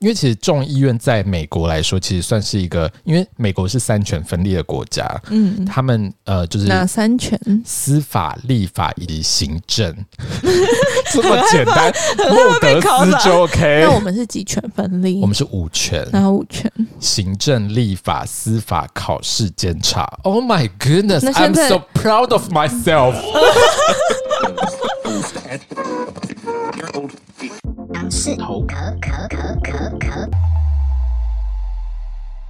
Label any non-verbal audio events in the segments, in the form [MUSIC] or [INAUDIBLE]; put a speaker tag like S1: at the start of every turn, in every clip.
S1: 因为其实众议院在美国来说，其实算是一个，因为美国是三权分立的国家，
S2: 嗯，
S1: 他们呃就是
S2: 哪三权？
S1: 司法、立法以及行
S2: [LAUGHS]
S1: 政，这么简单，莫德斯就 OK
S2: 那。我嗯们是几权分立？
S1: 我们是五权：
S2: 然后五权。
S1: 行政、立法、司法、考试、监察。Oh my goodness,
S2: 那
S1: I'm
S2: 现在
S1: so proud of myself.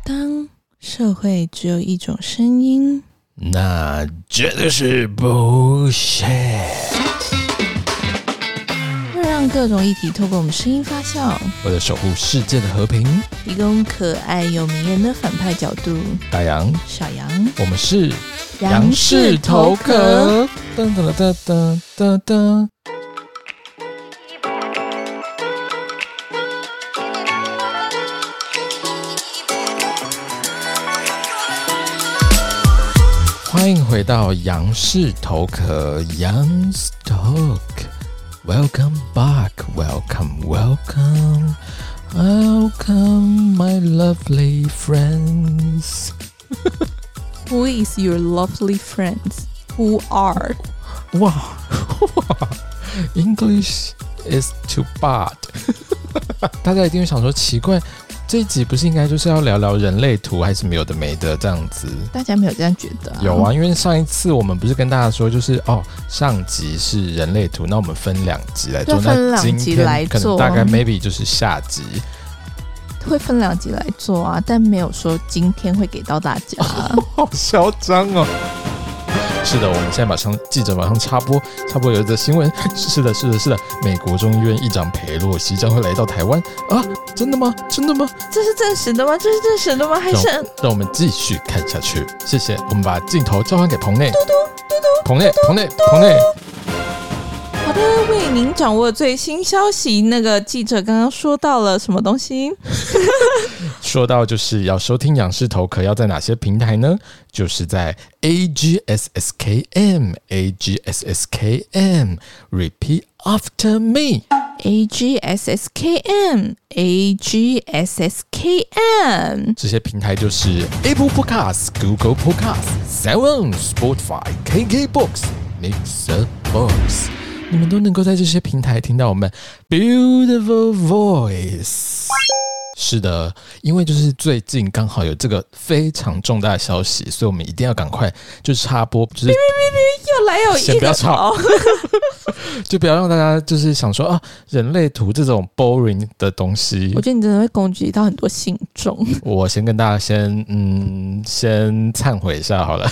S2: 当社会只有一种声音，
S1: 那绝对是 bullshit。
S2: 会让各种议题透过我们声音发酵，
S1: 为了守护世界的和平，
S2: 提供可爱又迷人的反派角度。
S1: 大洋，
S2: 小杨，
S1: 我们是
S2: 杨氏头壳。
S1: 噔噔噔噔噔噔。欢迎回到杨氏头壳 Young's Talk。Welcome back, welcome, welcome, welcome, my lovely friends.
S2: Who is your lovely friends? Who are？
S1: 哇，English is too bad 。 [LAUGHS] 大家一定会想说，奇怪，这一集不是应该就是要聊聊人类图，还是没有的没的这样子？
S2: 大家没有这样觉得、
S1: 有啊，，因为上一次我们不是跟大家说，就是哦，上集是人类图，那我们分两集来做，
S2: 对分
S1: 那
S2: 两
S1: 今
S2: 集来
S1: 天可能
S2: 做
S1: 大概 maybe 就是下集。
S2: 会分两集来做啊，但没有说今天会给到大家。啊 [LAUGHS]
S1: 好嚣张哦！是的，我们现在马上记者马上插播，插播有一则新闻。是的，是的，是的，美国众议院议长裴洛西将会来到台湾啊！真的吗？真的吗？
S2: 这是证实的吗？这是证实的吗？还是
S1: 让我们继续看下去。谢谢，我们把镜头交还给棚内。棚内，棚内，棚内。
S2: 好的，为您掌握最新消息。那个记者刚刚说到了什么东西？
S1: 说到就是要收听仰视头壳，要在哪些平台呢？就是在 AGSSKM AGSSKM Repeat After Me。
S2: A G S S K M A G S S K M，
S1: 这些平台就是 Apple Podcasts、Google Podcasts、Sound、Spotify、KKBox、Mixer Box，你们都能够在这些平台听到我们 beautiful voice。是的，因为就是最近刚好有这个非常重大的消息，所以我们一定要赶快就插播，就是
S2: 又来有
S1: 先
S2: 一
S1: 不要
S2: 个
S1: 吵
S2: 哦，
S1: 就不要让大家就是想说啊，人类图这种 boring 的东西
S2: [LAUGHS] 我，觉得你真的会攻击到很多信众，
S1: 我先跟大家先嗯先忏悔一下好了。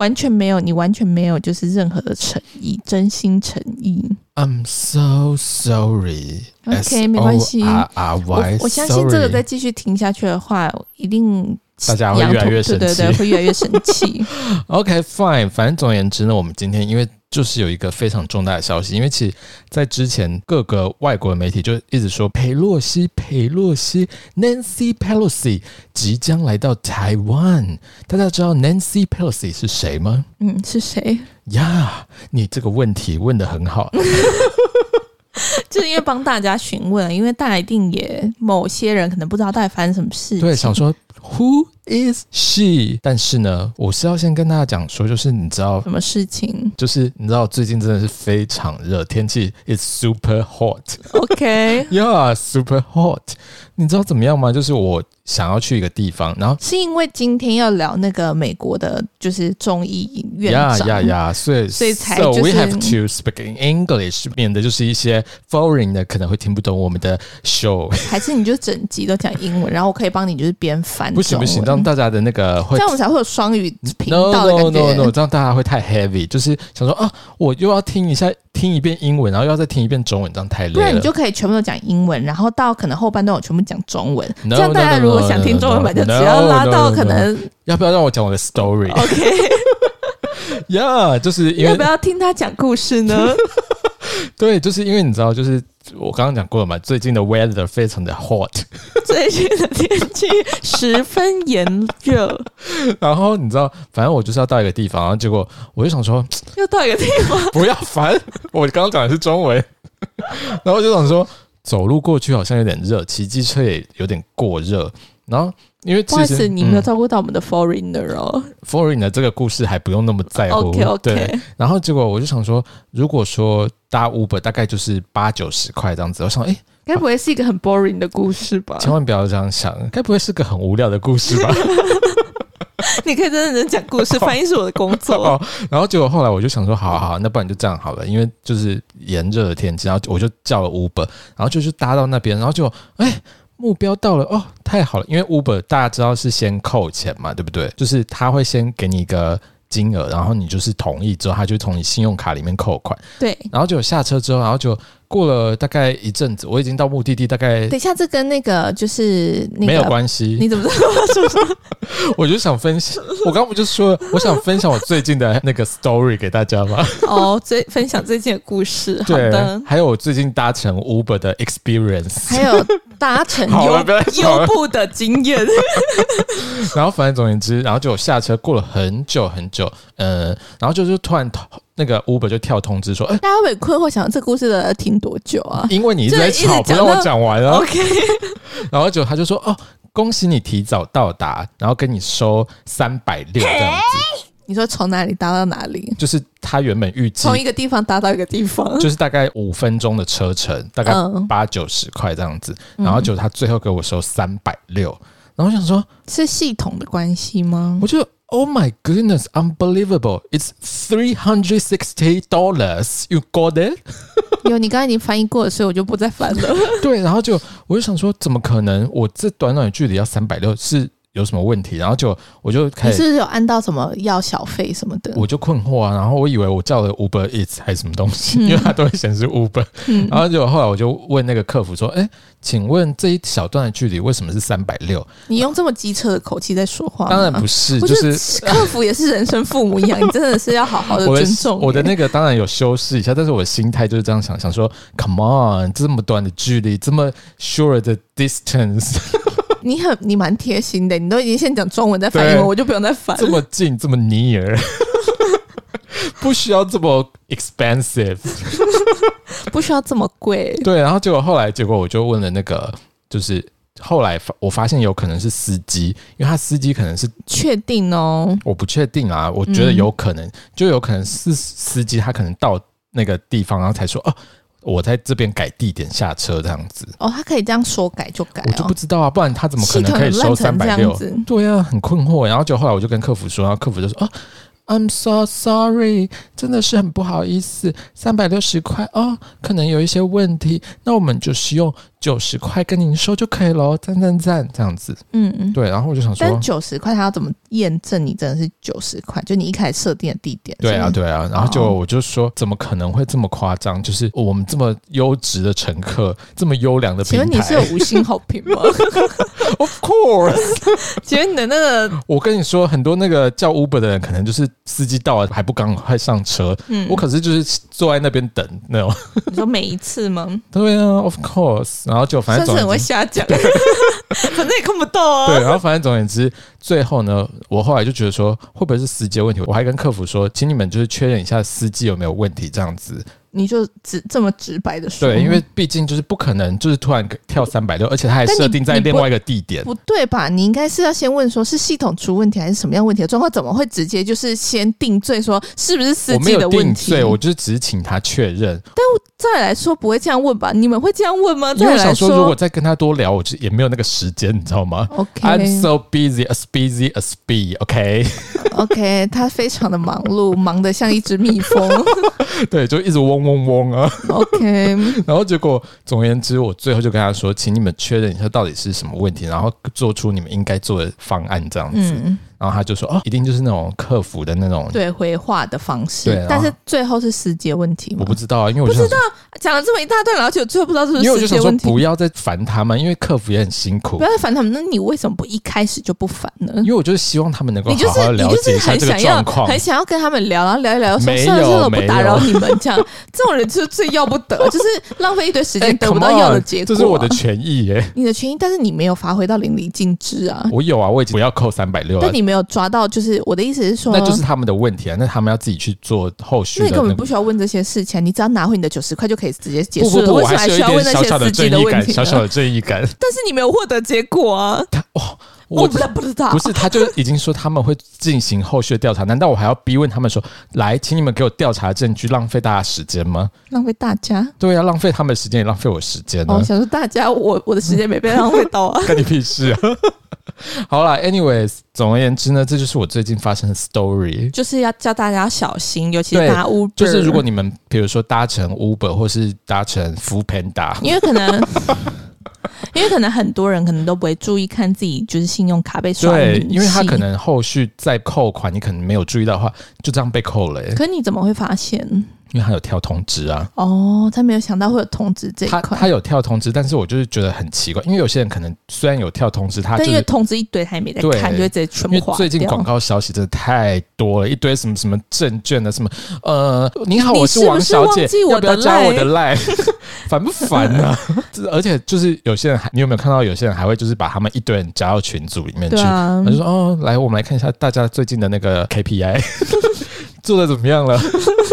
S2: 完全没有，你完全没有就是任何的诚意，真心诚意。
S1: I'm so sorry.
S2: OK，
S1: S O
S2: 没关系
S1: R R
S2: 我
S1: Y，
S2: 我相信这个
S1: sorry
S2: 再继续听下去的话，一定
S1: 大家会越来越生气
S2: 对对对，会越来越生
S1: [LAUGHS]
S2: 气。
S1: OK fine。反正总而言之呢，我们今天因为就是有一个非常重大的消息，因为其实在之前各个外国媒体就一直说佩洛西、佩洛西、Nancy Pelosi 即将来到台湾。大家知道 Nancy Pelosi 是谁吗？
S2: 嗯，是谁？
S1: 呀、你这个问题问得很
S2: [LAUGHS]
S1: 好。
S2: 就是因为帮大家询问，因为大家一定也某些人可能不知道到底发生什么事情。
S1: 对，想说 Who is she？但是呢，我是要先跟大家讲说，就是你知道
S2: 什么事情
S1: 就是你知道最近真的是非常热，天气 is super hot， [LAUGHS]
S2: ？OK， [LAUGHS]
S1: yeah super hot。你知道怎么样吗？就是我想要去一个地方，然后
S2: 是因为今天要聊那个美国的，就是众议院
S1: 呀
S2: 长
S1: 呀呀，所以
S2: 所以才
S1: so
S2: 就
S1: we
S2: 是
S1: have to speak in English，免得就是一些 foreign 的可能会听不懂我们的
S2: [LAUGHS]
S1: show。
S2: 还是你就整集都讲英文，然后我可以帮你就是边翻中文。
S1: 不行不行，让大家的那个会
S2: 这样我们才会有双语频
S1: No
S2: 道的感
S1: no
S2: 觉。
S1: no no，这样大家会太 heavy，就是想说啊，我又要听一下听一遍英文，然后又要再听一遍中文，这样太累了。
S2: 不然你就可以全部都讲英文，然后到可能后半段我全部讲中文。
S1: No,
S2: 这样大
S1: no,
S2: 家
S1: no,
S2: 如果
S1: no,
S2: 想
S1: no,
S2: 听
S1: no,
S2: 中文版，就
S1: no,
S2: 只要拉
S1: no,
S2: 到
S1: no,
S2: 可能
S1: 要不要让我讲我的 story？
S2: 哦 OK，
S1: 呀，就是因
S2: 要不
S1: 为
S2: 要听他讲故事呢？
S1: 对，就是因为你知道，就是我刚刚讲过了嘛，最近的 weather 非常的 hot， [LAUGHS]
S2: [LAUGHS] 最近的天气十分炎热，
S1: 然后你知道，反正我就是要到一个地方，然后结果我就想说， [LAUGHS]
S2: 又到一个地方，
S1: 不要烦，我刚刚讲的是中文，然后我就想说，走路过去好像有点热，骑机车也有点过热。然后因为
S2: 不好
S1: 其
S2: 意
S1: 实
S2: 思，你没有
S1: 嗯、
S2: 照顾到我们的 foreigner 哦。
S1: Foreign 的这个故事还不用那么在乎。
S2: OK
S1: 哎对。
S2: OK，
S1: 然后结果我就想说，如果说搭 Uber 大概就是八九十块这样子，我想哎、
S2: 该不会是一个很 boring 的故事吧？
S1: 千万不要这样想，该不会是个很无聊的故事吧？
S2: 你可以真的讲
S1: [LAUGHS]
S2: 故事，翻译是我的工作。
S1: 哦，然后结果后来我就想说，好好好，那不然就这样好了，因为就是炎热的天气，然后我就叫了 Uber，然后就去搭到那边，然后就哎。目标到了哦，太好了！因为 Uber 大家知道是先扣钱嘛，对不对？就是他会先给你一个金额，然后你就是同意之后，他就从你信用卡里面扣款。
S2: 对，
S1: 然后就下车之后，然后就过了大概一阵子，我已经到目的地，大概
S2: 等一下，这跟那个就是那个
S1: 没有关系。
S2: 你怎么知道 [LAUGHS] 我说什么？
S1: 我就想分享，我刚不就说了，我想分享我最近的那个 story 给大家吗？
S2: 哦，最分享最近的故事。 [LAUGHS] 好
S1: 对 [LAUGHS]
S2: 的，，
S1: 还有我最近搭乘 Uber 的 experience，
S2: 还有搭乘
S1: 好了
S2: 优
S1: 不要再吵了
S2: 优步的经验。
S1: [LAUGHS] 然后反正总而言之，然后就有下车过了很久很久，呃，然后就是突然那个 Uber 就跳通知说，哎、
S2: 大家会不会困惑，想这故事的听多久啊
S1: 因为你一直在
S2: 这一直
S1: 吵，不
S2: 讲
S1: 让我
S2: 到哦
S1: 讲完啊，
S2: ？OK，
S1: 然后就他就说，哦，恭喜你提早到达，然后跟你收三百六这样子，
S2: 你说从哪里搭到哪里？
S1: 就是他原本预计
S2: 从一个地方搭到一个地方，
S1: 就是大概五分钟的车程，大概
S2: 嗯
S1: 八九十块这样子，然后就他最后给我收三百六，然后我想说，
S2: 是系统的关系吗
S1: 我？就 Oh my goodness, unbelievable! It's three hundred sixty dollars. You got it?
S2: [LAUGHS] 有，你刚才已经翻译过了，所以我就不再翻
S1: [LAUGHS]
S2: 了。
S1: 对，然后就我就想说，怎么可能？我这短短的距离要三百六是有什么问题？然后就我就
S2: 你
S1: 开
S2: 是
S1: 始。
S2: 不是有按到什么要小费什么的？
S1: 我就困惑啊，然后我以为我叫了 Uber Eats 还是什么东西，
S2: 嗯
S1: 因为它都会显示 Uber，、然后就后来我就问那个客服说：“哎、请问这一小段的距离为什么是三百六？”
S2: 你用这么机车的口气在说话吗？
S1: 当然不是，
S2: 啊我
S1: 就
S2: 觉得
S1: 是
S2: 客服也是人生父母一样，你真的是要好好的
S1: [LAUGHS] 我的
S2: 尊重
S1: 我的那个当然有修饰一下，但是我的心态就是这样想，想说 Come on，这么短的距离，这么 short 的
S2: [LAUGHS]
S1: distance，
S2: 你很你蛮贴心的，你都已经先讲中文再翻英
S1: 对
S2: 文，我就不用再翻
S1: [LAUGHS] 这
S2: 了。
S1: 么近，这么 near，不需要这么 expensive。 [LAUGHS]
S2: 不需要这么贵。
S1: 对，然后结果后来，结果我就问了那个，就是后来发我发现有可能是司机，因为他司机可能是
S2: 确定哦，
S1: 我不确定啊，我
S2: 嗯
S1: 觉得有可能，就有可能是司机他可能到那个地方，然后才说哦，我在这边改地点下车这样子，
S2: 哦，他可以这样说改就改、哦，
S1: 我就不知道啊，不然他怎么可
S2: 系
S1: 能
S2: 统
S1: 可以收
S2: 烂
S1: 三
S2: 成这
S1: 百
S2: 样
S1: 六？
S2: 子。
S1: 对啊，很困惑。然后就后来我就跟客服说，然后客服就说啊。I'm so sorry，真的是很不好意思，三百六十块哦，可能有一些问题，那我们就是用九十块跟您收就可以喽，赞赞赞，这样子。
S2: 嗯嗯。
S1: 对，然后我就想说，
S2: 但九十块，他要怎么验证你真的是九十块？就你一开始设定的地点。
S1: 对啊，
S2: 是吗，
S1: 对啊，然后就
S2: 哦
S1: 我就说，怎么可能会这么夸张？就是我们这么优质的乘客，这么优良的平
S2: 请
S1: 台
S2: 问你是有五星好评
S1: [LAUGHS]
S2: 吗？
S1: ，Of course。
S2: 请问你的那个，
S1: 我跟你说，很多那个叫 Uber 的人，可能就是司机到了还不赶快上车，
S2: 嗯，
S1: 我可是就是坐在那边等那种。
S2: 你说每一次吗？
S1: 对啊，Of course。然后就 [LAUGHS] 反
S2: 算
S1: 正总
S2: 是很
S1: 而
S2: 会
S1: 言之
S2: 瞎讲， [LAUGHS] 反正也看不到啊。
S1: 对，然后反正总而言之，最后呢，我后来就觉得说，会不会是司机的问题？我还跟客服说，请你们就是确认一下司机有没有问题，这样子。
S2: 你就直这么直白的说，
S1: 对，因为毕竟就是不可能，就是突然跳三百六，而且他还
S2: 但你
S1: 设定在
S2: 你不
S1: 另外一个地点。
S2: 不对吧？你应该是要先问说是系统出问题还是什么样问题的状况，怎么会直接就是先定罪说是不是司
S1: 我没
S2: 机
S1: 有
S2: 的
S1: 定
S2: 问题？
S1: 罪，我就是只是请他确认，
S2: 再来说不会这样问吧？你们会这样问吗？
S1: 因为
S2: 再
S1: 我
S2: 来
S1: 想说，如果再跟他多聊，我就也没有那个时间，你知道吗
S2: OK
S1: ？I'm so busy, as busy as bee. OK，
S2: OK，他非常的忙碌，忙得像一只蜜蜂。
S1: [LAUGHS]
S2: [LAUGHS]
S1: 对，就一直嗡嗡嗡啊。
S2: OK，
S1: 然后结果，总而言之，我最后就跟他说，请你们确认一下到底是什么问题，然后做出你们应该做的方案这样子。
S2: 嗯，
S1: 然后他就说，哦，一定就是那种客服的那种，
S2: 对，回话的方
S1: 对
S2: 式
S1: 然，后
S2: 但是最后是时间问题
S1: 我
S2: 吗
S1: 不？知道啊，因为我就想说
S2: 讲了这么一大段，然后就最后不知道是不
S1: 因为我
S2: 是
S1: 就
S2: 时
S1: 想
S2: 间
S1: 说
S2: 问题。
S1: 不要再烦他们，因为客服也很辛苦
S2: 不。要再烦他们，那你为什么不一开始就不烦呢？
S1: 因为我就是希望他们能够
S2: 你就
S1: 好
S2: 是
S1: 好地
S2: 你
S1: 了
S2: 就
S1: 解
S2: 是
S1: 一下
S2: 很
S1: 这个
S2: 想要
S1: 状况。
S2: 很想要跟他们聊，然后聊一聊，说
S1: 没有
S2: 算了算了，我不
S1: 没有
S2: 打扰你们
S1: [LAUGHS]
S2: 这样，这种人就是最要不得，就是浪费一堆时
S1: 哎
S2: 间得不
S1: come
S2: 到
S1: on，
S2: 要的结果。
S1: 这是我的权益耶、
S2: [LAUGHS] 你的权益，但是你没有发挥到淋漓尽致啊，
S1: 我有啊，我已经不要扣三百六了
S2: 但。你没没有抓到，就是我的意思是说，
S1: 那就是他们的问题啊，那他们要自己去做后续
S2: 那
S1: 的、
S2: 你
S1: 那
S2: 根本
S1: 个
S2: 不需要问这些事情，你只要拿回你的九十块就可以直接结
S1: 不
S2: 束
S1: 不
S2: 了。
S1: 不，
S2: 为
S1: 我
S2: 什么
S1: 还是有一
S2: 需要问
S1: 点
S2: 那
S1: 小
S2: 些
S1: 小的
S2: 司
S1: 正
S2: 机的
S1: 义
S2: 问
S1: 感，
S2: 题？
S1: 小小的正义感。
S2: [LAUGHS]
S1: [LAUGHS]
S2: 但是你没有获得结果啊！
S1: 他哦，
S2: 我
S1: 我
S2: 不不知道，
S1: 不是，他就已经说他们会进行后续的调查，难道我还要逼问他们说，来，请你们给我调查证据，浪费大家时间吗？
S2: 浪费大家。
S1: 对啊，浪费他们的时间，也浪费我时间呢、啊 [LAUGHS]
S2: 哦，想说大家，我我的时间没被浪费到啊。
S1: 干你屁事、啊！ [LAUGHS] 好啦 a n y w a y s 总而言之呢，这就是我最近发生的 story。
S2: [LAUGHS] 就是要叫大家小心，尤其是
S1: 对
S2: 搭 Uber，
S1: 就是如果你们比如说搭乘 Uber 或是搭乘 Food Panda，
S2: 因为
S1: [LAUGHS]
S2: 可能。因为可能很多人可能都不会注意看自己就是信用卡被刷的
S1: 对
S2: 明，细
S1: 因为他可，能后续再扣款，你可能没有注意到的话，就这样被扣了、欸，
S2: 可你怎么会发现？
S1: 因为他有跳通知啊。
S2: 哦，他没有想到会有通知这一
S1: 他他
S2: 块，
S1: 有跳通知，但是我就是觉得很奇怪，因为有些人可能虽然有跳通知，他就
S2: 但因
S1: 是
S2: 为通知一堆，他也没在
S1: 对
S2: 看，就会直接全
S1: 因
S2: 部
S1: 为
S2: 划掉。
S1: 最近广告消息真的太多了，一堆什么什么证券的什么呃，你好，
S2: 你
S1: 我
S2: 是不
S1: 王
S2: 是
S1: 小姐
S2: 忘记，我
S1: 要不要
S2: 的
S1: 加我
S2: line？
S1: 的 line？烦 [LAUGHS] 不烦
S2: [LAUGHS]
S1: 啊？这而且就是有些人还，你有没有看到有些人还会就是把他们一堆人加到群组里面去，
S2: 对啊
S1: 我，就说哦，来，我们来看一下大家最近的那个
S2: [LAUGHS]
S1: KPI 做的怎么样了，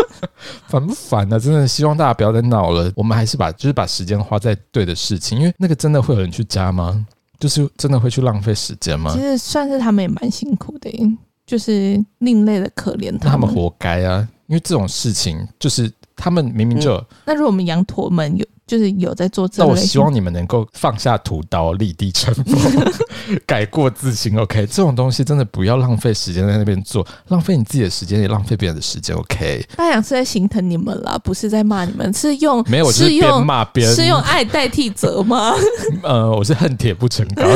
S1: [LAUGHS] 烦不烦啊呢、真的希望大家不要再闹了。我们还是把就是把时间花在对的事情，因为那个真的会有人去加吗？就是真的会去浪费时间吗
S2: 其？实算是他们也蛮辛苦的耶，就是另类的可怜
S1: 那他
S2: 们。
S1: 们活该啊！因为这种事情就是他们明明就有，
S2: 那如果我们羊驼们有就是有在做这
S1: 那
S2: 类
S1: 我
S2: 型，
S1: 希望你们能够放下屠刀，立地成佛，
S2: [LAUGHS]
S1: 改过自新。OK，这种东西真的不要浪费时间在那边做，浪费你自己的时间，也浪费别人的时间。OK，
S2: 大洋是在心疼你们啦，不是在骂你们，是用
S1: 没有，我就是
S2: 是
S1: 边
S2: 用
S1: 骂边
S2: 是用爱代替
S1: [LAUGHS]
S2: 责吗？
S1: 呃，我是恨铁不成
S2: [LAUGHS]
S1: 钢。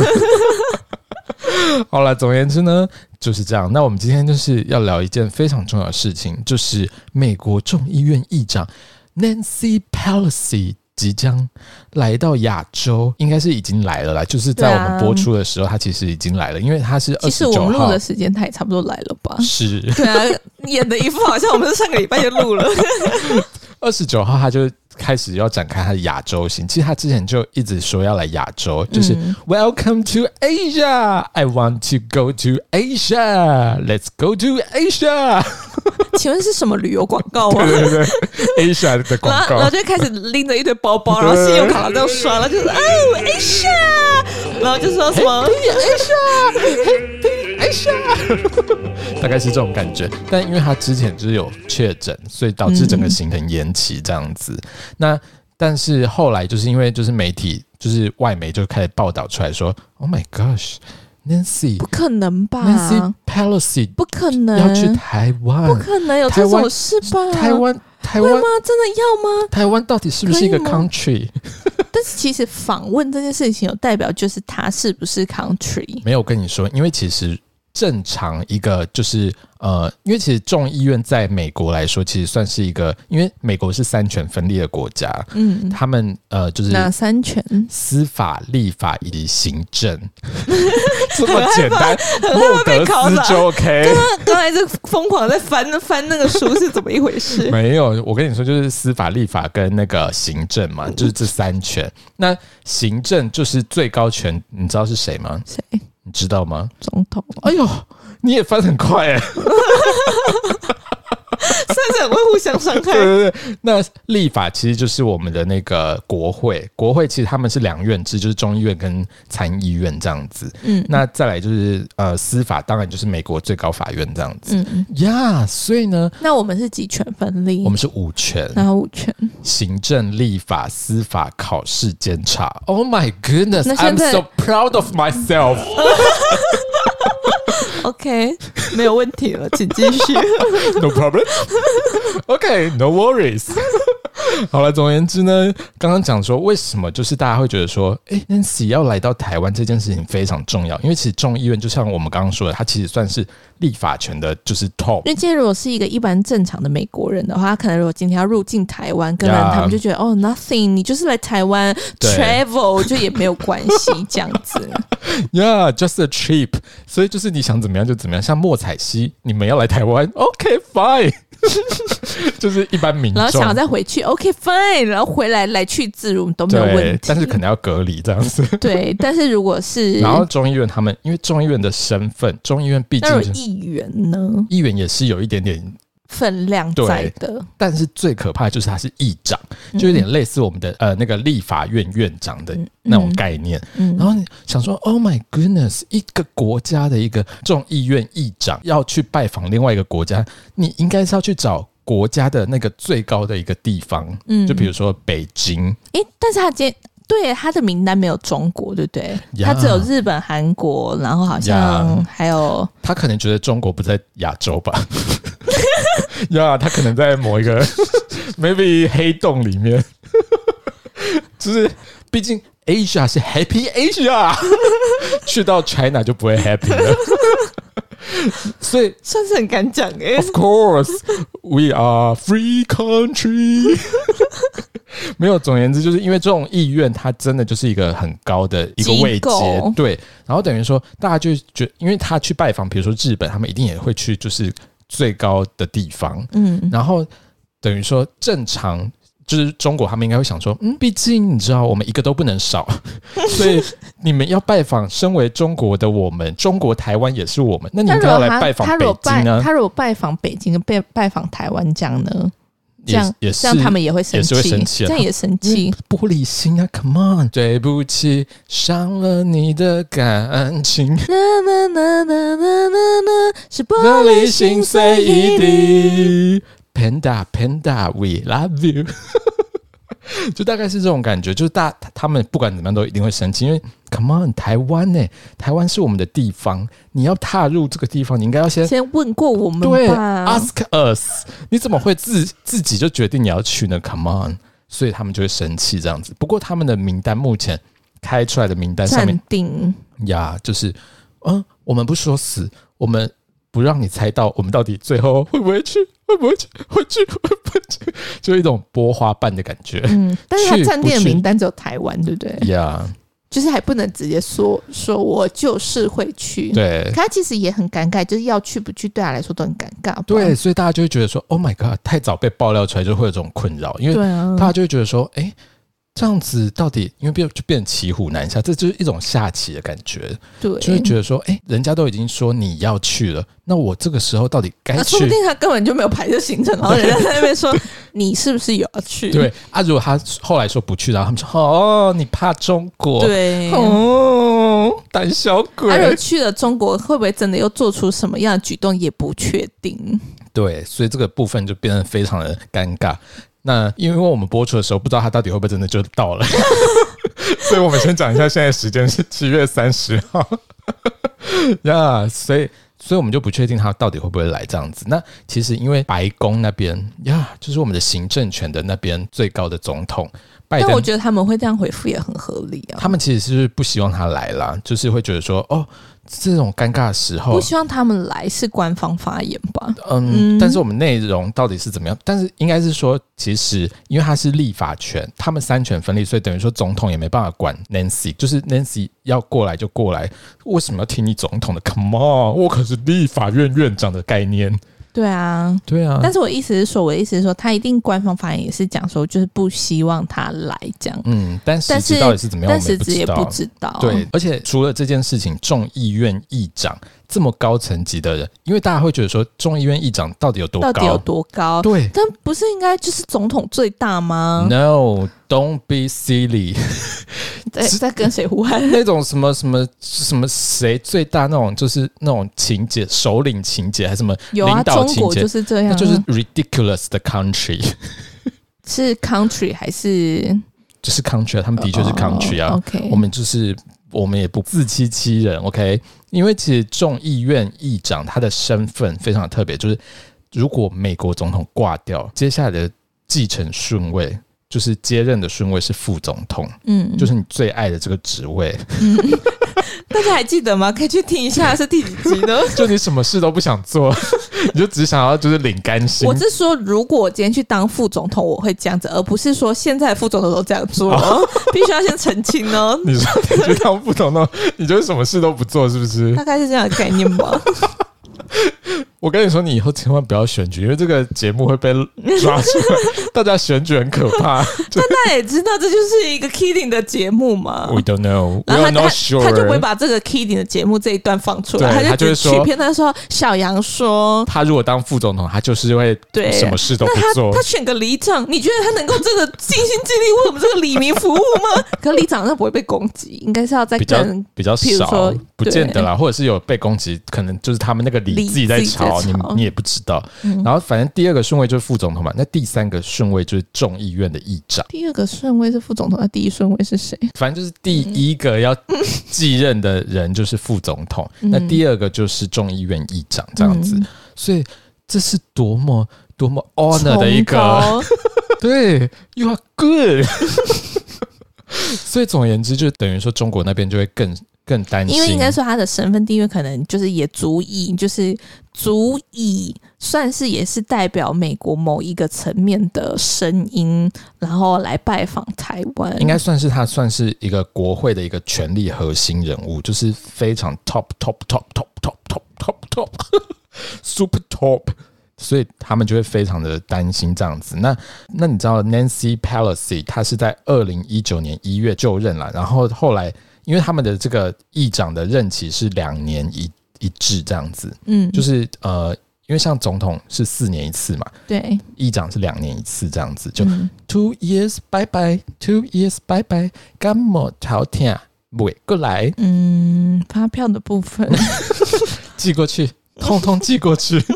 S1: 好了，总而言之呢，就是这样。那我们今天就是要聊一件非常重要的事情，就是美国众议院议长 Nancy Pelosi 即将来到亚洲，应该是已经来了啦。就是在
S2: 对
S1: 我
S2: 啊
S1: 们播出的时候，她其实已经来了，因为她是二
S2: 其
S1: 十
S2: 实我
S1: 九
S2: 们录
S1: 号？
S2: 的。时间他也差不多来了吧
S1: 是
S2: 对啊，演的一副好像我们是上个礼拜就录了。
S1: 二十九号，她就开始要展开她的亚洲行。其实她之前就一直说要来亚洲，就是
S2: 嗯
S1: Welcome to Asia. I want to go to Asia. Let's go to
S2: [LAUGHS]
S1: Asia.
S2: [LAUGHS] 请问是什么旅游广告吗？
S1: 对对对，Asia 的
S2: 然
S1: 广
S2: 后，然后
S1: 告。
S2: 就开始拎着一堆包包，然后信用卡都刷，然后就是哦，Asia，然后就说什么 [LAUGHS]
S1: 大概是这种感觉。但因为他之前就是有确诊，所以导致整个行程延期这样子。那但是后来就是因为就是媒体就是外媒就开始报道出来说，Oh my gosh, Nancy
S2: 不可能吧
S1: Nancy？Pelosi
S2: 不可
S1: 要去
S2: 能，
S1: 台
S2: 不
S1: 湾，
S2: 可能有这种事吧？
S1: 台湾台
S2: 啊会
S1: 湾
S2: 吗？真的要吗？
S1: 台湾到底是不是一个
S2: 可以吗
S1: country？
S2: 但是其实访问这件事情有代表就是他是不是 country？
S1: 没有跟你说，因为其实正常一个就是呃，因为其实众议院在美国来说，其实算是一个，因为美国是三权分立的国家，
S2: 嗯，
S1: 他们呃就是
S2: 哪三权？
S1: 司法、立法以及行
S2: [LAUGHS]
S1: 政，这么简单，莫
S2: 被
S1: 德
S2: 考
S1: 斯
S2: 倒
S1: 就 OK。
S2: [LAUGHS] 刚才就疯狂在翻翻那个书是怎么一回
S1: [LAUGHS]
S2: 事？
S1: 没有，我跟你说，就是司法、立法跟那个行政嘛，就是这三权。那行政就是最高权，你知道是谁吗？
S2: 谁？
S1: 你知道吗？
S2: 总统？啊
S1: 哎
S2: [LAUGHS]
S1: 呦，你也翻很快哎、
S2: 三者会互相伤害。
S1: [LAUGHS] 对对对，那立法其实就是我们的那个国会，国会其实他们是两院制，就是众议院跟参议院这样子。
S2: 嗯
S1: 那再来就是呃，司法当然就是美国最高法院这样子。
S2: 嗯嗯，
S1: 呀所以呢，
S2: 那我们是几权分立
S1: 我？们是五权：
S2: 然后五权。
S1: 行政、立法、司法、考试、监察。Oh my goodness,
S2: 那
S1: I'm
S2: 现在
S1: so proud of myself 。
S2: OK，没有问题了，请继续。
S1: No problem. OK, no worries. [LAUGHS] 好了，总而言之呢，刚刚讲说为什么就是大家会觉得说，哎、n a n c y 要来到台湾这件事情非常重要，因为其实众议院就像我们刚刚说的，它其实算是立法权的，就是 top
S2: 因。为今天如果是一个一般正常的美国人的话，他可能如果今天要入境台湾，可能
S1: Yeah
S2: 他们就觉得哦，nothing，你就是来台湾
S1: 对
S2: travel 就也没有关系这样子。
S1: Yeah, just a trip。所以就是你想怎么样就怎么样，像莫彩希，你们要来台湾，OK fine，就是一般民
S2: 然后想要
S1: 众。
S2: 再回去，OK fine，然后回来来去自如都没有问
S1: 对
S2: 题，。
S1: 但是可能要隔离这样子。 [LAUGHS]
S2: 对，但是如果是
S1: 然后中医院他们，因为中医院的身份，中医院毕
S2: 那
S1: 竟
S2: 种
S1: 是
S2: 议员呢，
S1: 议员也是有一点点，
S2: 分量在的，
S1: 但是最可怕的就是他是议长，
S2: 嗯
S1: 就有点类似我们的呃那个立法院院长的那种概念。
S2: 嗯，
S1: 然后你想说，Oh my goodness，一个国家的一个众议院议长要去拜访另外一个国家，你应该是要去找国家的那个最高的一个地方，
S2: 嗯
S1: 就比如说北京，
S2: 诶，但是他今天对他的名单没有中国，对不对？
S1: 呀
S2: 他只有日本、韩国，然后好
S1: 呀
S2: 像还有
S1: 他可能觉得中国不在亚洲吧。 [LAUGHS] 呀他可能在某一个 maybe 黑洞里面，就是毕竟 Asia 是 Happy Asia，去到 China 就不会 Happy 了，所以
S2: 算是很敢讲诶。
S1: Of course, we are free country 。 [LAUGHS] 没有，总而言之，就是因为这种意愿，它真的就是一个很高的一个位
S2: 机
S1: 阶
S2: 构，
S1: 对。然后等于说，大家就觉因为他去拜访，比如说日本，他们一定也会去就是最高的地方。
S2: 嗯，
S1: 然后等于说，正常就是中国，他们应该会想说，嗯，毕竟你知道，我们一个都不能少， [LAUGHS] 所以你们要拜访，身为中国的我们，中国台湾也是我们，那你
S2: 他
S1: 们
S2: 如
S1: 要
S2: 果
S1: 来
S2: 他
S1: 拜访
S2: 他
S1: 北
S2: 如果拜
S1: 京啊呢？
S2: 他如果拜访北京跟拜拜访台湾这样呢？这
S1: 也
S2: 样
S1: 也
S2: 这样
S1: 是
S2: 他们也会生
S1: 也是
S2: 气，
S1: 会生气啊
S2: 这样也生气
S1: [LAUGHS] 因为。玻璃心啊，Come on！对不起，伤了你的感情，
S2: 啦啦啦啦啦啦啦，是玻
S1: 玻璃
S2: 璃
S1: 心
S2: 心
S1: 碎
S2: 碎
S1: 一
S2: 一地。
S1: 地。Panda Panda，We love you 。 [LAUGHS] 就大概是这种感觉，就是大他们不管怎么样都一定会生气，因为 Come on，台湾呢、欸台湾是我们的地方，你要踏入这个地方，你应该要先
S2: 先问过我们
S1: 对
S2: 吧，
S1: ，ask us，你怎么会自自己就决定你要去呢？Come on，所以他们就会生气这样子。不过他们的名单目前开出来的名单上
S2: 暂
S1: 面 [LAUGHS]
S2: 定。
S1: 呀，就是嗯，我们不说死，我们不让你猜到我们到底最后会不会去，会不会去，会去，会不会去，就一种播花瓣的感觉。
S2: 嗯，但是他
S1: 去
S2: 暂
S1: 不
S2: 定的
S1: 去
S2: 名单只有台湾，对不对？
S1: 呀
S2: 就是还不能直接说说我就是会去。，
S1: 对
S2: 可他其实也很尴尬，就是要去不去对他来说都很尴尬。好不好
S1: 对，所以大家就会觉得说，Oh my god，太早被爆料出来就会有这种困扰，因为
S2: 对啊，
S1: 大家就会觉得说，哎、这样子到底因为变就变骑虎难下，这就是一种下棋的感觉，
S2: 对，
S1: 就会觉得说，哎、人家都已经说你要去了，那我这个时候到底该
S2: 那啊说不
S1: 哎去？
S2: 定他根本就没有排这行程，然后人家在那边说 [LAUGHS] 你是不是有要去？
S1: 对啊，如果他后来说不去，然后他们说，哦，你怕中国，，
S2: 对。
S1: 哦，胆小
S2: 他如果
S1: 鬼，
S2: 去了中国，会不会真的又做出什么样的举动也不确定。
S1: 对，所以这个部分就变得非常的尴尬。那因为我们播出的时候，不知道他到底会不会真的就到了， [LAUGHS] 所以我们先讲一下，现在时间是七月三十号。 [LAUGHS] 呀、所以所以我们就不确定他到底会不会来这样子。那其实因为白宫那边呀就是我们的行政权的那边最高的总统拜
S2: 但我
S1: 登，
S2: 觉得他们会这样回复也很合理啊。
S1: 他们其实是不希望他来啦，就是会觉得说，哦，这种尴尬的时候
S2: 不，希望他们来是官方发言吧？
S1: 嗯，
S2: 嗯
S1: 但是我们内容到底是怎么样？但是应该是说，其实因为他是立法权，他们三权分立，所以等于说总统也没办法管 Nancy，就是 Nancy 要过来就过来，为什么要听你总统的？Come on，我可是立法院院长的概念。
S2: 对啊，
S1: 对啊，
S2: 但是我意思是说，我的意思是说，他一定官方发言也是讲说，就是不希望他来这样，
S1: 嗯，但实
S2: 但
S1: 质
S2: 是
S1: 到底是怎么样，
S2: 但
S1: 我们也
S2: 实
S1: 不
S2: 质
S1: 知
S2: 也
S1: 道
S2: 不。知道。
S1: 对，，而且除了这件事情，众议院议长这么高层级的人，因为大家会觉得说，众议院议长到底有多
S2: 到底
S1: 高？
S2: 有多高？嗯
S1: 对
S2: 但不是应该就是总统最大吗？
S1: ，No，don't be silly。
S2: 在在跟谁呼喊？
S1: 那种什么什么什么谁最大那种，就是那种情节，首领情节还是什么
S2: 有啊，
S1: 领导
S2: 中
S1: 情
S2: 国
S1: 节，
S2: 就是这样
S1: 那
S2: 啊，
S1: 就是 ridiculous 的 country， [LAUGHS]
S2: 是 country 还是
S1: 就是 country 啊，他们的确是 country 啊。
S2: 哦 OK，
S1: 我们就是我们也不自欺欺人，OK？因为其实众议院议长他的身份非常特别，就是如果美国总统挂掉，接下来的继承顺位就是接任的顺位是副总统，
S2: 嗯，
S1: 就是你最爱的这个职位。
S2: 大家还记得吗？可以去听一下是第几集呢？
S1: [LAUGHS] 就你什么事都不想做， [LAUGHS] 你就只想要 [LAUGHS] 就是领干薪
S2: 我。是说，如果我今天去当副总统，我会这样子，而不是说现在副总统都这样做，哦
S1: [LAUGHS]
S2: 必须要先澄清哦。
S1: 你说你就当不懂那种，你就是什么事都不做，是不
S2: [LAUGHS]
S1: 是？
S2: 大概是这样的概念吧。
S1: 我跟你说，你以后千万不要选举，因为这个节目会被抓出来。大家选举很可
S2: [LAUGHS]
S1: 怕。就
S2: 但大家也知道，这就是一个 kidding 的节目嘛。
S1: We don't
S2: [LAUGHS]
S1: know, we
S2: 然
S1: are
S2: 后他
S1: not
S2: 他
S1: sure。
S2: 他就不会把这个 kidding 的节目这一段放出来，
S1: 对
S2: 他
S1: 他就
S2: 只
S1: 会说
S2: 取片段说小杨说。
S1: 他如果当副总统，他就是会
S2: 对
S1: 什么事都
S2: 那
S1: 不
S2: 他
S1: 做
S2: 他。选个里长，你觉得他能够真的尽心尽力为我们这个里民服务
S1: [LAUGHS]
S2: 吗？可里长那不会被攻击，应该是要在
S1: 比较
S2: 更
S1: 比较
S2: 譬如
S1: 少
S2: 说，
S1: 不见得啦，或者是有被攻击，可能就是他们那个理
S2: 理
S1: 自己在
S2: 自己在
S1: 吵，你
S2: 吵嗯
S1: 你也不知道。然后反正第二个顺位就是副总统嘛，那第三个顺位就是众议院的议长，
S2: 第二个顺位是副总统，那第一顺位是谁？
S1: 反正就是第一个要继任的人就是副总统，
S2: 嗯
S1: 那第二个就是众议院议长这样子，所以这是多么多么 honor 的一个。
S2: 崇高
S1: [LAUGHS] 对，You are good 。 [LAUGHS] 所以总而言之，就等于说中国那边就会更更担心，
S2: 因为应该说他的身份地位可能就是也足以，就是足以算是也是代表美国某一个层面的声音，然后来拜访台湾。
S1: 应该算是他算是一个国会的一个权力核心人物，就是非常 top top top top top top top top [LAUGHS] super top，所以他们就会非常的担心这样子。那那你知道 Nancy Pelosi 她是在二零一九年一月就任了，然后后来因为他们的这个议长的任期是两年一一制这样子，
S2: 嗯，
S1: 就是呃，因为像总统是四年一次嘛，
S2: 对，
S1: 议长是两年一次这样子，就
S2: 嗯
S1: two years bye bye，two years bye bye，干么朝天尾过来
S2: 嗯，发票的部分，
S1: 寄过去，通通寄过去。 [LAUGHS]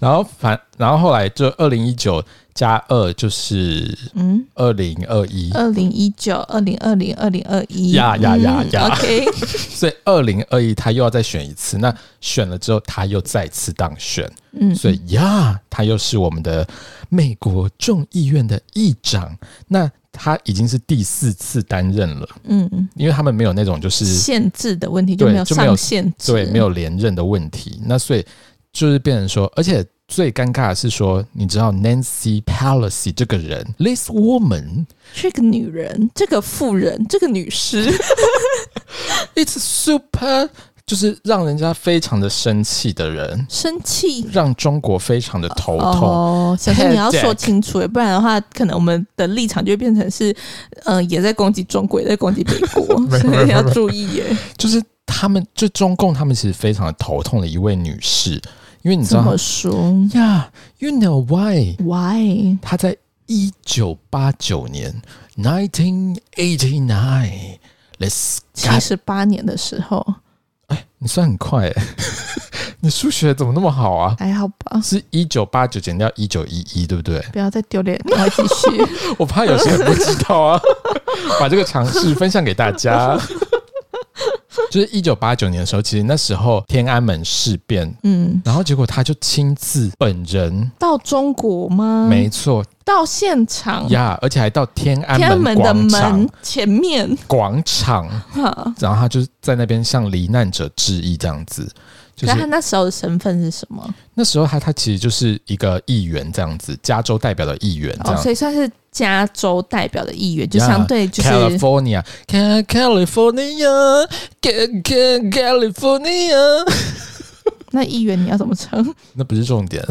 S1: 然后反，然后后来就二零一九加二就是
S2: 嗯，
S1: 二零二
S2: [LAUGHS]
S1: 一，
S2: 二零一九、二零二零、二零二一，
S1: 呀呀呀
S2: 嗯
S1: 呀 [LAUGHS]
S2: ，OK，
S1: 所以二零二一他又要再选一次。那选了之后，他又再次当选，
S2: 嗯，
S1: 所以呀，他又是我们的美国众议院的议长。那他已经是第四次担任了，
S2: 嗯，
S1: 因为他们没有那种就是
S2: 限制的问题就
S1: 对
S2: 没有
S1: 就没有
S2: 上限制，
S1: 对，没有连任的问题。那所以就是变成说，而且最尴尬的是说，你知道 Nancy Pelosi 这个人，this woman，it's
S2: 这个女人，这个妇人，这个
S1: [LAUGHS]
S2: 女士，
S1: super，就是让人家非常的生气的人，
S2: 生气。
S1: 让中国非常的头痛。
S2: 哦，小生你要
S1: Headache
S2: 说清楚，不然的话，可能我们的立场就会变成是，嗯、也在攻击中国，也在攻击美国，
S1: [LAUGHS] 没有
S2: 所
S1: 没有
S2: 以要
S1: 没有
S2: 注意耶。
S1: 就是他们，就中共他们其实非常的头痛的一位女士，因为你知
S2: 这
S1: 道
S2: 么说
S1: 呀、y o u know why？
S2: ？Why？
S1: 她在一九八九年 （nineteen eighty nine），let's
S2: 七十八年的时候，
S1: 你算很快、欸， [LAUGHS] 你数学怎么那么好啊？
S2: 还好吧？
S1: 是一九八九减掉一九一一，对不对？
S2: 不要再丢脸，赶快继
S1: [LAUGHS]
S2: 续。
S1: 我怕有些人不知道啊， [LAUGHS] 把这个常识分享给大家。 [LAUGHS] 就是一九八九年的时候，其实那时候天安门事变，
S2: 嗯，
S1: 然后结果他就亲自本人，
S2: 到中国吗？
S1: 没，错
S2: 到现场，
S1: 呀，而且还到天安
S2: 嗯天安门的
S1: 广场
S2: 门前面。
S1: 广场，
S2: 哈，
S1: 然后他就是在那边向罹难者致意这样子。就
S2: 那他
S1: 是
S2: 那时候的身份是什么？
S1: 那时候他他其实就是一个议员这样子，加州代表的议员这
S2: 哦，
S1: 样子
S2: 所以算是加州代表的议员，就
S1: Yeah，
S2: 相对就是
S1: California, Ca- California, Ca- Ca- California，
S2: 那议员你要怎么称？
S1: [LAUGHS] 那不是重点。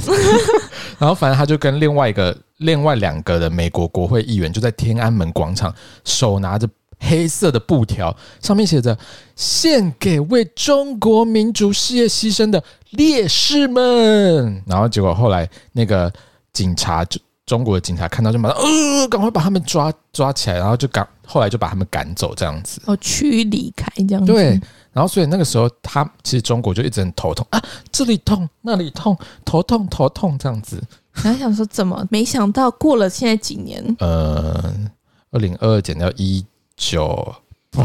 S1: 然后反正他就跟另外一个、另外两个的美国国会议员就在天安门广场，手拿着黑色的布条，上面写着“献给为中国民族事业牺牲的烈士们”。然后结果后来那个警察就。中国的警察看到就马上，呃，赶快把他们抓抓起来，然后就赶，后来就把他们赶走这样子。
S2: 哦，驱离开这样子。
S1: 对，然后所以那个时候他其实中国就一直很头痛啊，这里痛那里痛，头痛头痛这样子。
S2: 然后想说怎么，没想到过了现在几年，
S1: 呃，二零二二减掉一九八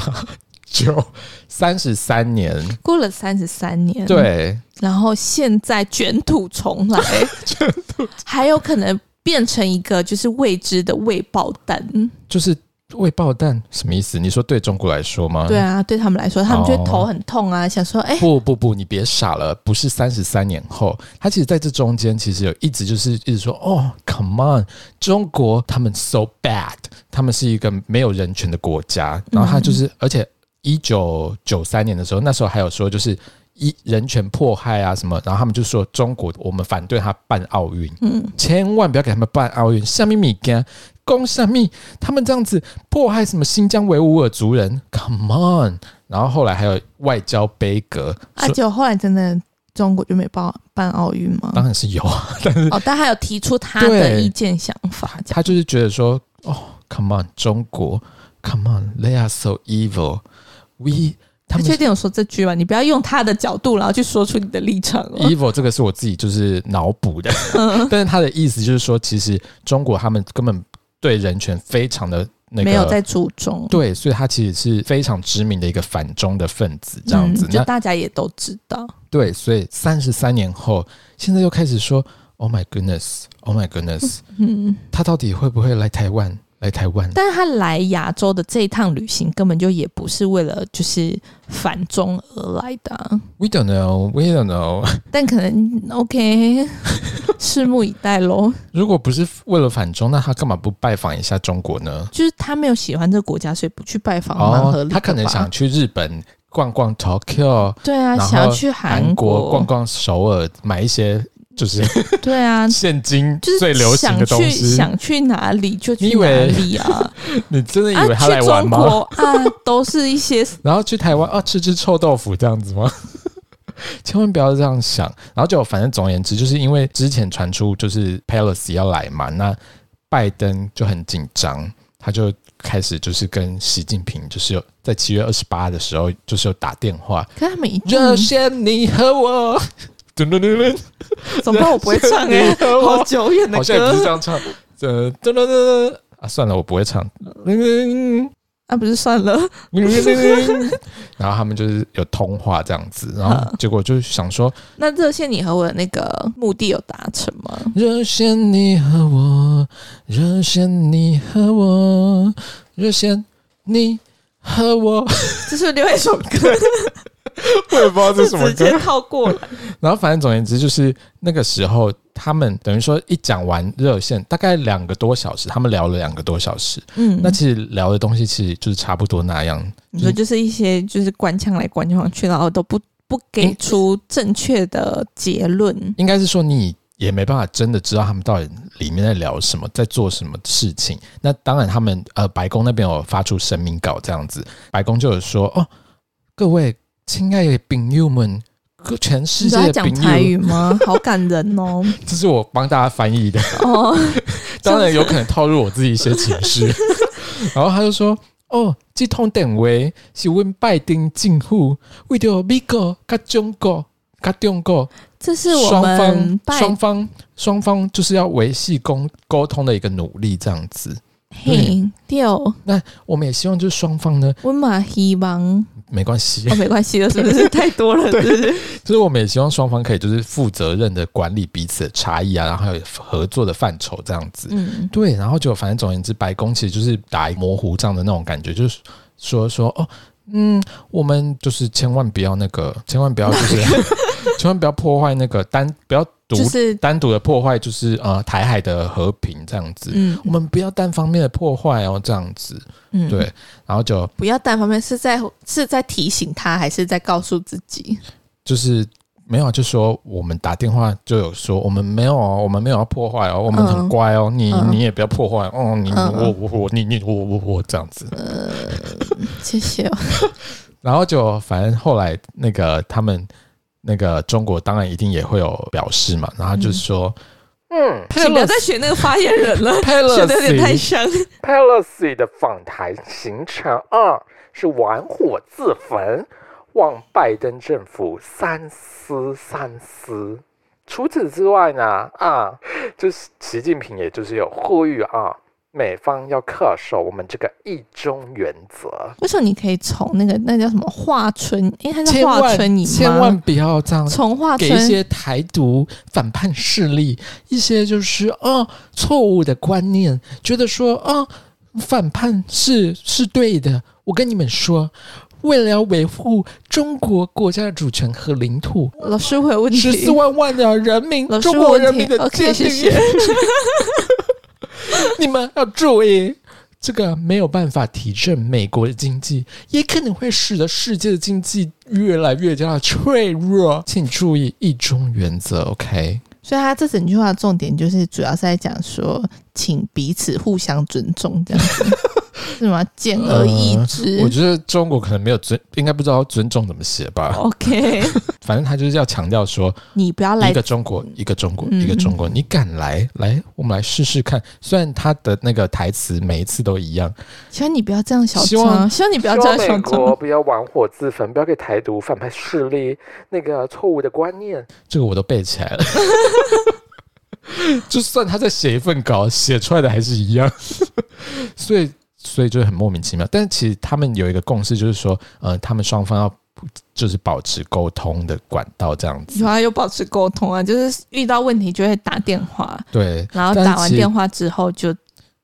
S1: 九三十三年，
S2: 过了三十三年，，
S1: 对，
S2: 然后现在卷土
S1: [LAUGHS]
S2: 重来，卷土还有可能变成一个就是未知的未爆弹。
S1: 就是未爆弹什么意思？你说对中国来说吗？
S2: 对啊，对他们来说，他们就会
S1: 哦
S2: 头很痛啊，想说，哎、
S1: 不不不，你别傻了，不是三十三年后，他其实在这中间，其实有一直就是一直说，哦，come on，中国他们 so bad，他们是一个没有人权的国家，然后他就是，而且一九九三年的时候，那时候还有说就是。一人权迫害啊什么，然后他们就说中国我们反对他办奥运，
S2: 嗯，
S1: 千万不要给他们办奥运。夏米米干，攻夏米，他们这样子迫害什么新疆维吾尔族人，Come on！然后后来还有外交杯葛，
S2: 啊，
S1: 说
S2: 结果后来真的中国就没办办奥运吗？
S1: 当然是有啊，
S2: 哦，但他有提出他的
S1: 对
S2: 意见想法，这样
S1: 他就是觉得说，哦，Come on，中国，Come on，They are so evil，We 他
S2: 他
S1: 们
S2: 确定有说这句吗？你不要用他的角度，然后去说出你的立场哦。
S1: evil 这个是我自己就是脑补
S2: [LAUGHS]
S1: 的，但是他的意思就是说，其实中国他们根本对人权非常的那个
S2: 没有在注重，
S1: 对，所以他其实是非常知名的一个反中的分子，这样子。
S2: 嗯就
S1: 那
S2: 大家也都知道。
S1: 对，所以三十三年后，现在又开始说，Oh my goodness，Oh my goodness，
S2: 嗯，
S1: 他到底会不会来台湾？来台湾？
S2: 但是他来亚洲的这一趟旅行，根本就也不是为了就是反中而来的啊、
S1: We don't know, we don't know 。
S2: 但可能嗯 OK，拭目以待喽。
S1: 如果不是为了反中，那他干嘛不拜访一下中国呢？哦
S2: 就是他没有喜欢这个国家，所以不去拜访，哦蛮合理的
S1: 他
S2: 吧
S1: 可能想去日本逛逛 Tokyo，
S2: 对啊，
S1: 然后
S2: 想要去韩
S1: 韩国逛逛首尔，买一些就是，
S2: 对啊
S1: [LAUGHS] 现今最
S2: 就是
S1: 流行
S2: 想
S1: 的东
S2: 去
S1: 西。
S2: 想去哪里就
S1: 你
S2: 去
S1: 以
S2: 哪
S1: 为
S2: 里啊。
S1: [LAUGHS] 你真的
S2: 啊，
S1: 以为他
S2: 去
S1: 来玩
S2: 中
S1: 吗？
S2: 国啊，都是一 [LAUGHS] 些
S1: 然后去台湾啊，吃吃臭豆腐这样子吗？ [LAUGHS] 千万不要这样想。然后就反正总而言之，就是因为之前传出就是 Pelosi 要来嘛，那拜登就很紧张，他就开始就是跟习近平就是有在七月二十八的时候就是有打电话，
S2: 可是他们一
S1: 热
S2: 定
S1: 线你和 [LAUGHS] 我，噔噔噔噔，
S2: 怎么办？我不会唱
S1: [LAUGHS] 热
S2: 哎、
S1: 线你和我
S2: 好久远的
S1: 欸好像也不是这
S2: 歌，
S1: 样唱，呃噔噔噔噔啊，算了，我不会唱。
S2: 啊，不是算了， [LAUGHS]
S1: [LAUGHS] 然后他们就是有通话这样子，然后结果就想说，
S2: 那热线你和我的那个目的有达成吗？
S1: 热线你和我，热线你和我，热线你和 [LAUGHS] 我，
S2: 这是另外一首歌，
S1: 我也不知道 [LAUGHS] 这是什么
S2: 直接
S1: 歌。
S2: 套过来。
S1: [LAUGHS] 然后反正总而言之，就是那个时候他们等于说一讲完热线，大概两个多小时，他们聊了两个多小时。
S2: 嗯，
S1: 那其实聊的东西其实就是差不多那样，
S2: 你说就是一些就是官腔来官腔去，然后都不不给出正确的结论。
S1: 应该是说你也没办法真的知道他们到底里面在聊什么，在做什么事情。那当然，他们呃，白宫那边有发出声明稿这样子，白宫就有说哦，各位亲爱的朋友们，各全世
S2: 你知道
S1: 界
S2: 他
S1: 的
S2: 讲台
S1: 朋友，
S2: 语吗？好感人哦！
S1: 这是我帮大家翻译
S2: [LAUGHS]
S1: 的，
S2: 哦，
S1: 当然有可能套入我自己一些情
S2: [LAUGHS]
S1: 绪。然后他就说。哦，这通电话是阮拜登政府为着美国、甲中国、甲中国
S2: 这是我
S1: 双
S2: 们
S1: 方
S2: 拜
S1: 双方双方就是要维系沟沟通的一个努力，这样子。
S2: 嘿掉，
S1: 我们也希望就是双方呢
S2: 我哦马希望哦，
S1: 没关系，
S2: 没关系了，是不是太多了？是不是？
S1: [LAUGHS] 就是我们也希望双方可以就是负责任的管理彼此的差异啊，然后还有合作的范畴这样子。
S2: 嗯，
S1: 对，然后就反正总而言之，白宫其实就是打一模糊仗的那种感觉，就是说说哦，嗯，我们就是千万不要那个，千万不要就是
S2: [LAUGHS]
S1: 千万不要破坏那个单不要独、
S2: 就是
S1: 单独的破坏，就是呃台海的和平这样子。
S2: 嗯
S1: 我们不要单方面的破坏哦，这样子，
S2: 嗯，
S1: 对，然后就
S2: 不要单方面是在是在提醒他，还是在告诉自己？
S1: 就是没有啊，就说我们打电话就有说我们没有哦，我们没有要破坏哦，我们很乖哦，你、
S2: 嗯
S1: 你也不要破坏哦，你、
S2: 嗯
S1: 我我我你你我我我这样子，
S2: 谢谢哦。
S1: 然后就反正后来那个他们那个中国当然一定也会有表示嘛，然后就说嗯，，
S2: 请不要再选那个发言人了
S1: Pelosi
S2: 选的有点太像。
S3: Pelosi 的访台行程二是玩火自焚，望拜登政府三思三思。除此之外呢，啊，就是习近平也就是有呼吁啊，美方要恪守我们这个一中原则。
S2: 为什么你可以从那个那叫什么华春？因为他
S1: 千
S2: 叫华春
S1: 万
S2: 莹吗？
S1: 千万不要这样
S2: 从华
S1: 给一
S2: 春
S1: 些台独反叛呃势力一些就是啊、哦错误的观念，觉得说啊、哦反叛是是对的。我跟你们说，为了要维护中国国家的主权和领
S2: [LAUGHS]
S1: 土，
S2: 老师会有问
S1: 十
S2: 题
S1: 四，万万的人民，
S2: 老师
S1: 中国
S2: 问
S1: 人
S2: 题
S1: 民的
S2: OK，
S1: 坚
S2: 谢
S1: 定
S2: 谢
S1: 你们要注意，这个没有办法提振美国的经济，也可能会使得世界的经济越来越加的脆弱。请注意一中原则，OK？
S2: 所以他这整句话的重点就是主要是在讲说，请彼此互相尊重，这
S1: [LAUGHS]
S2: 样子是吗？简而易之。
S1: 呃我觉得中国可能没有尊，应该不知道尊重怎么写
S2: 哦
S1: 吧。 [LAUGHS]
S2: OK，
S1: 反正他就是要强调说，
S2: 你不要来
S1: 一个中国，一个中国，
S2: 嗯
S1: 一个中国，你敢来？来，我们来试试看。虽然他的那个台词每一次都一样，
S2: 希望你不要这样小
S1: 希望
S2: 张，希望你不要这
S3: 希
S2: 样
S3: 望
S2: 小
S3: 美国
S2: 张。
S3: 不要玩火自焚，不要给台独反派势力那个错误的观念。
S1: 这个我都背起来了。 [LAUGHS] 就算他在写一份稿，写出来的还是一样， [LAUGHS] 所以所以就很莫名其妙。但其实他们有一个共识，就是说，呃，他们双方要就是保持沟通的管道这样
S2: 以
S1: 子
S2: 后。要有保持沟通啊，就是遇到问题就会打电话，
S1: 对，
S2: 然后
S1: 但
S2: 打完
S1: 其实
S2: 电话之后就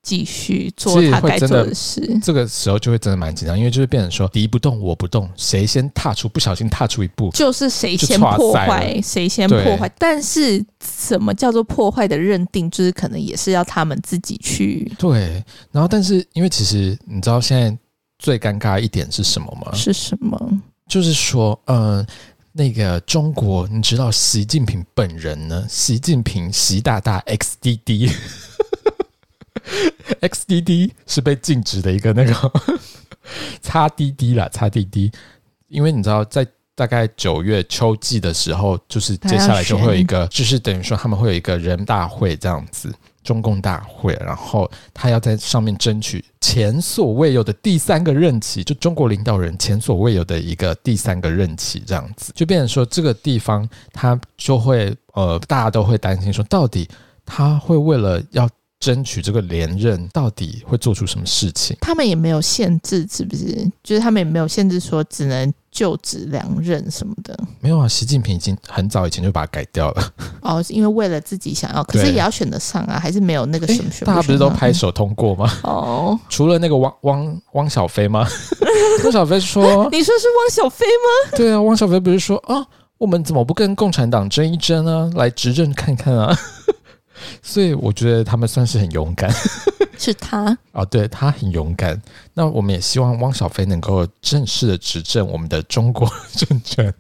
S2: 继续做
S1: 其实
S2: 他
S1: 会
S2: 该
S1: 真
S2: 做
S1: 的
S2: 的事。
S1: 这个时候就会真的蛮紧张，因为就是变成说敌不动我不动，谁先踏出不小心踏出一步，
S2: 就是谁
S1: 就
S2: 先
S1: 岔
S2: 破
S1: 赛
S2: 坏，谁先
S1: 对
S2: 破坏。但是什么叫做破坏的认定，就是可能也是要他们自己去
S1: 对。然后但是因为其实你知道现在最尴尬一点是什么吗？
S2: 是什么。
S1: 就是说，嗯、那个中国，你知道习近平本人呢？习近平，习大大，XDD。XDD 是被禁止的一个那个 [LAUGHS] 擦滴滴啦，擦滴滴，因为你知道，在大概九月秋季的时候，就是接下来就会有一个，就是等于说他们会有一个人大会这样子，中共大会，然后他要在上面争取前所未有的第三个任期，就中国领导人前所未有的一个第三个任期，这样子就变成说这个地方他就会呃，大家都会担心说，到底他会为了要争取这个连任，到底会做出什么事情？
S2: 他们也没有限制，是不是？就是他们也没有限制说只能就职两任什么的。
S1: 没有啊，习近平已经很早以前就把它改掉了。
S2: 哦，因为为了自己想要，可是
S1: 对
S2: 也要选得上啊，还是没有那个
S1: 诶
S2: 什么选啊
S1: 大家不是都
S2: 选上
S1: 拍手通过吗？ [LAUGHS]
S2: 哦？
S1: 除了那个汪汪汪小菲吗？汪小菲说 [LAUGHS]
S2: [LAUGHS] 你说是汪小菲吗？：“
S1: 对啊，汪小菲不是说啊，我们怎么不跟共产党争一争啊，来执政看看啊？” [LAUGHS] 所以我觉得他们算是很勇敢。
S2: 是他，
S1: 啊，对他很勇敢。那我们也希望汪小菲能够正式的执政我们的中国政权。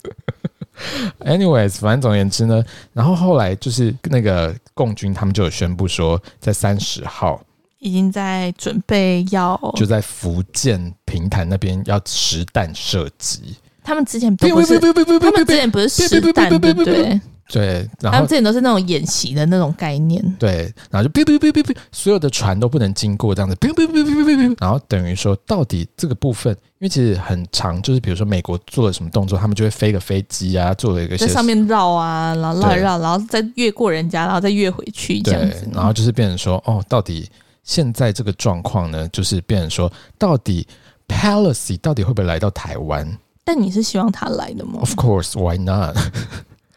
S1: Anyways，反正总而言之呢，然后后来就是那个共军他们就有宣布说，在三十号
S2: 已经在准备要。
S1: 就在福建平潭那边要实弹射击。
S2: 他们之前都不是，他们之前不是实弹，对不对？
S1: 对，然
S2: 他
S1: 后
S2: 们之前都是那种演习的那种概念。
S1: 对，然后就 biu biu biu biu biu，所有的船都不能经过这样子 biu biu biu biu biu biu，然后等于说到底这个部分，因为其实很长，就是比如说美国做了什么动作，他们就会飞个飞机啊，做了一个
S2: 在
S1: 些
S2: 上面绕啊，然后绕一
S1: 对
S2: 绕，然后再越过人家，然后再越回去这
S1: 对
S2: 样子，。
S1: 然后就是变成说哦，到底现在这个状况呢，就是变成说到底 Pelosi 到底会不会来到台湾
S2: 但你是希望他来的吗？
S1: ？Of course, why not？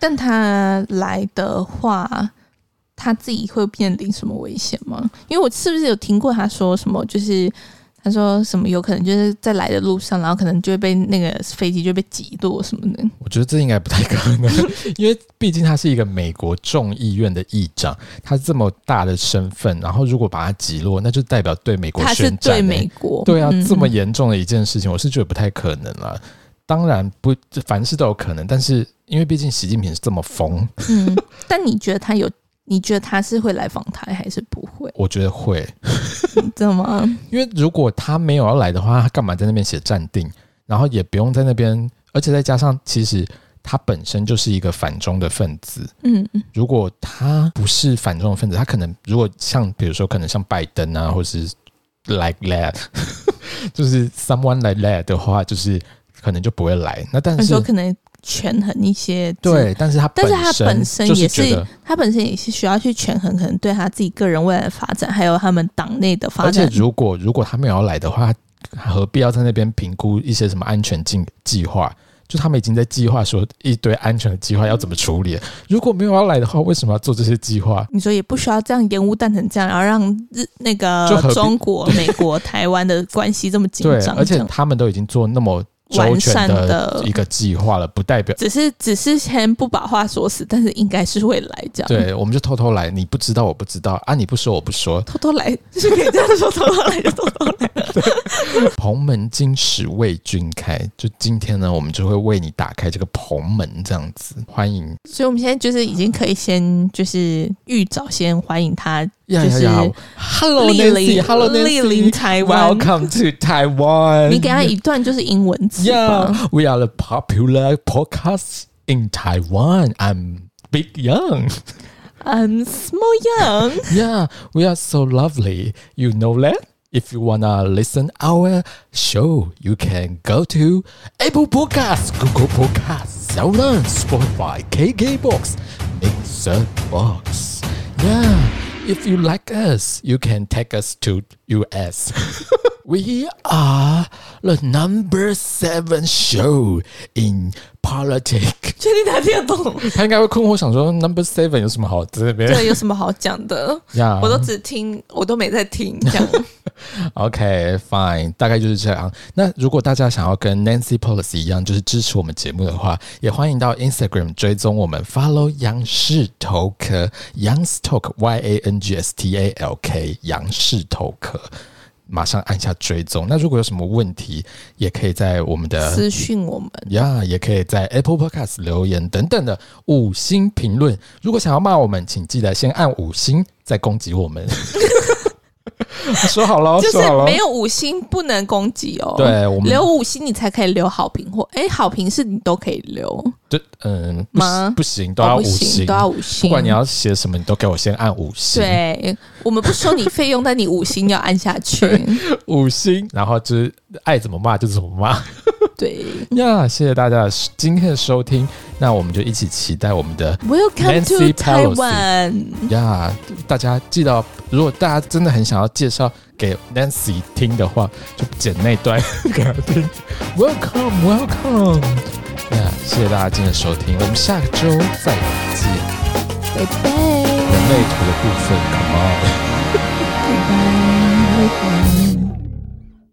S2: 但他来的话，他自己会面临什么危险吗？因为我是不是有听过他说什么，就是他说什么有可能就是在来的路上，然后可能就会被那个飞机就被挤落什么的。
S1: 我觉得这应该不太可
S2: [LAUGHS]
S1: 能，因为毕竟他是一个美国众议院的议长，他这么大的身份，然后如果把他击落，那就代表对美国
S2: 他是
S1: 宣战、
S2: 对
S1: 欸
S2: 美国，
S1: 对啊，
S2: 嗯
S1: 这么严重的一件事情，我是觉得不太可能啦。当然不，这凡事都有可能，但是因为毕竟习近平是这么疯， [LAUGHS]
S2: 嗯，但你觉得他有？你觉得他是会来访台还是不会？
S1: 我觉得会，
S2: 你知道吗？
S1: 因为如果他没有要来的话，他干嘛在那边写暂定？然后也不用在那边，而且再加上，其实他本身就是一个反中的分子，
S2: 嗯，
S1: 如果他不是反中的分子，他可能如果像比如说可能像拜登啊，或是 like that，就是 someone like that 的话，就是可能就不会来。那但
S2: 他说
S1: 是
S2: 可能权衡一些自
S1: 对，但是他
S2: 但是他本身
S1: 就
S2: 也
S1: 觉
S2: 是
S1: 得，
S2: 他本身也是需要去权衡，可能对他自己个人未来的发展，还有他们党内的发
S1: 而且
S2: 展。
S1: 如果如果他没有要来的话，他何必要在那边评估一些什么安全计计划？就他们已经在计划说一堆安全的计划要怎么处理了。如果没有要来的话，为什么要做这些计划？
S2: 你说也不需要这样烟雾弹成这样，然后让日那
S1: 就何
S2: 个
S1: 必
S2: 中国、美国、台湾的关系这么紧
S1: 对，
S2: 张，
S1: 而
S2: 这
S1: 且
S2: 样
S1: 他们都已经做那么周全
S2: 完善
S1: 的
S2: 的
S1: 一个计划了，不代表
S2: 只是只是先不把话说死，但是应该是会来这样。，
S1: 对，我们就偷偷来，你不知道我不知道啊，你不说我不 [LAUGHS] 说。
S2: 偷偷来就是可以这样说，偷偷来就偷偷来。 [LAUGHS]
S1: 蓬门今始为君开，就今天呢，我们就会为你打开这个蓬门，这样子欢迎
S2: 所以我们现在就是已经可以先就是预早先欢迎他，
S1: 呀呀
S2: 就是
S1: 呀！Hello
S2: 莅临
S1: Nancy，Hello
S2: 莅临
S1: Nancy，Welcome
S2: 台
S1: to Taiwan。
S2: 湾。你给他一段就是英文字吧。
S1: Yeah，we are the popular podcast in Taiwan. I'm Big Young.
S2: I'm small young，
S1: Yeah, we are so lovely. You know that. If you wanna listen our show, you can go to Apple Podcasts, Google Podcasts, Sound, Spotify, KK Box, Mixer Box. Yeah, if you like us, you can take us to [LAUGHS] US. we are the number seven show in politics.
S2: 确定他听得懂？
S1: [LAUGHS] 他应该会困惑，想说 Number Seven 有什么好在那边
S2: 这有什么好讲的？
S1: 呀？
S2: 我都只听，我都没在听，这样
S1: [LAUGHS] OK，Fine，、大概就是这样。那如果大家想要跟 Nancy Pelosi 一样，就是支持我们节目的话，也欢迎到 Instagram 追踪我们，follow 杨氏头壳 Young Talk Y A N G S T A L K 杨氏头壳，马上按下追踪。那如果有什么问题，也可以在我们的
S2: 私讯我们。
S1: 呀也可以在 Apple Podcast 留言等等的五星评论。如果想要骂我们，请记得先按五星，再攻击我
S2: [LAUGHS]
S1: 们。说好喽，
S2: 就是
S1: 说好喽
S2: 没。有五星不能攻击哦。
S1: 对我们
S2: 留五星你才可以留好评或哎、好评是你都可以留，
S1: 对，嗯，不
S2: 吗
S1: 行，不行，都要
S2: 哦
S1: 五
S2: 不
S1: 星，
S2: 行都要五星。
S1: 不管你要写什么，你都给我先按五星，
S2: 对我们不收你费用，但你五星要按下
S1: [LAUGHS]
S2: 去。
S1: 五星，然后就是爱怎么骂就怎么骂
S2: [LAUGHS] 对
S1: 呀。谢谢大家的今天的收听，那我们就一起期待我们的
S2: ，Welcome to
S1: Nancy Pelosi
S2: Taiwan。
S1: 呀，大家记得哦，如果大家真的很想要介绍给 Nancy 听的话，就剪那
S2: [LAUGHS]
S1: 段给她听。Welcome, welcome。呀，谢谢大家今天的收听，我们下周再见。
S2: 拜拜。
S1: 人类图的部分，Come on。
S2: 拜拜。拜拜